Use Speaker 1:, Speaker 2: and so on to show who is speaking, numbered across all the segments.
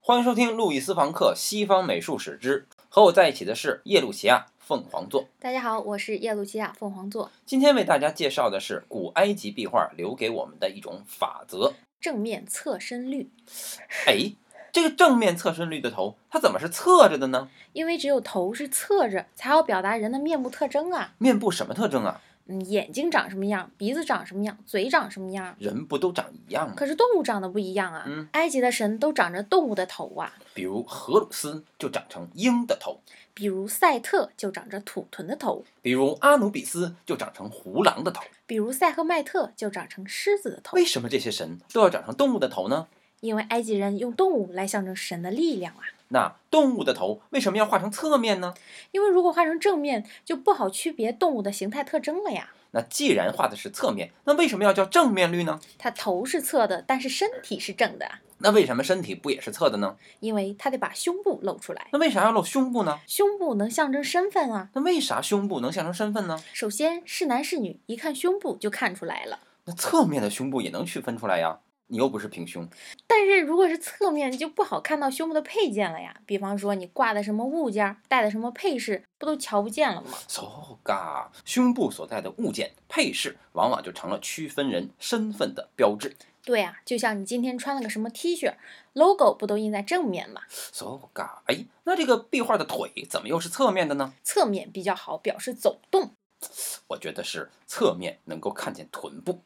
Speaker 1: 欢迎收听《路易斯·庞克：西方美术史之》，和我在一起的是耶路齐亚凤凰座。
Speaker 2: 大家好，我是耶路齐亚凤凰座。
Speaker 1: 今天为大家介绍的是古埃及壁画留给我们的一种法则。
Speaker 2: 正面侧身率，
Speaker 1: 哎，这个正面侧身率的头，它怎么是侧着的呢？
Speaker 2: 因为只有头是侧着，才好表达人的面部特征啊。
Speaker 1: 面部什么特征啊？
Speaker 2: 嗯，眼睛长什么样，鼻子长什么样，嘴长什么样。
Speaker 1: 人不都长一样吗？
Speaker 2: 可是动物长得不一样啊。
Speaker 1: 嗯
Speaker 2: 埃及的神都长着动物的头啊，
Speaker 1: 比如荷鲁斯就长成鹰的头，
Speaker 2: 比如赛特就长着土豚的头，
Speaker 1: 比如阿努比斯就长成胡狼的头。
Speaker 2: 比如塞赫迈特就长成狮子的头
Speaker 1: 为。什么这些神都要长成动物的头呢？
Speaker 2: 因为埃及人用动物来象征神的力量啊。
Speaker 1: 那动物的头为什么要画成侧面呢？
Speaker 2: 因为如果画成正面，就不好区别动物的形态特征了呀。
Speaker 1: 那既然画的是侧面，那为什么要叫正面率呢？
Speaker 2: 它头是侧的，但是身体是正的啊。
Speaker 1: 那为什么身体不也是侧的呢？
Speaker 2: 因为他得把胸部露出来。
Speaker 1: 那为啥要露胸部呢？
Speaker 2: 胸部能象征身份啊，
Speaker 1: 那为啥胸部能象征身份呢？
Speaker 2: 首先是男是女，一看胸部就看出来了。
Speaker 1: 那侧面的胸部也能区分出来呀，你又不是平胸。
Speaker 2: 但是如果是侧面，就不好看到胸部的配件了呀。比方说你挂的什么物件儿，戴的什么配饰，不都瞧不见了吗？
Speaker 1: so ga，胸部所在的物件配饰，往往就成了区分人身份的标志。
Speaker 2: 对啊，就像你今天穿了个什么 T 恤，logo 不都印在正面吗？
Speaker 1: so ga，哎，那这个壁画的腿怎么又是侧面的呢？
Speaker 2: 侧面比较好表示走动，
Speaker 1: 我觉得是侧面能够看见臀部。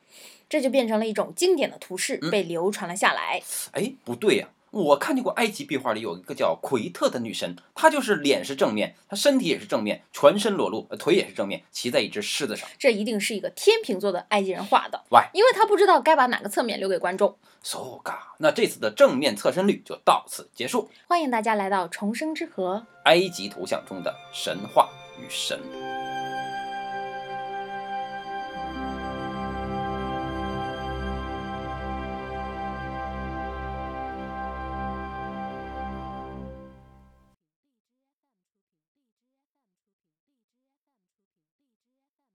Speaker 2: 这就变成了一种经典的图示，
Speaker 1: 嗯
Speaker 2: 被流传了下来。
Speaker 1: 哎，不对呀、我看见过埃及壁画里有一个叫奎特的女神，她就是脸是正面，她身体也是正面，全身裸露，呃腿也是正面，骑在一只狮子上。
Speaker 2: 这一定是一个天秤座的埃及人画的
Speaker 1: Why？
Speaker 2: 因为他不知道该把哪个侧面留给观众。
Speaker 1: so ga，那这次的正面侧身率就到此结束。
Speaker 2: 欢迎大家来到重生之河。
Speaker 1: 埃及图像中的神话与神。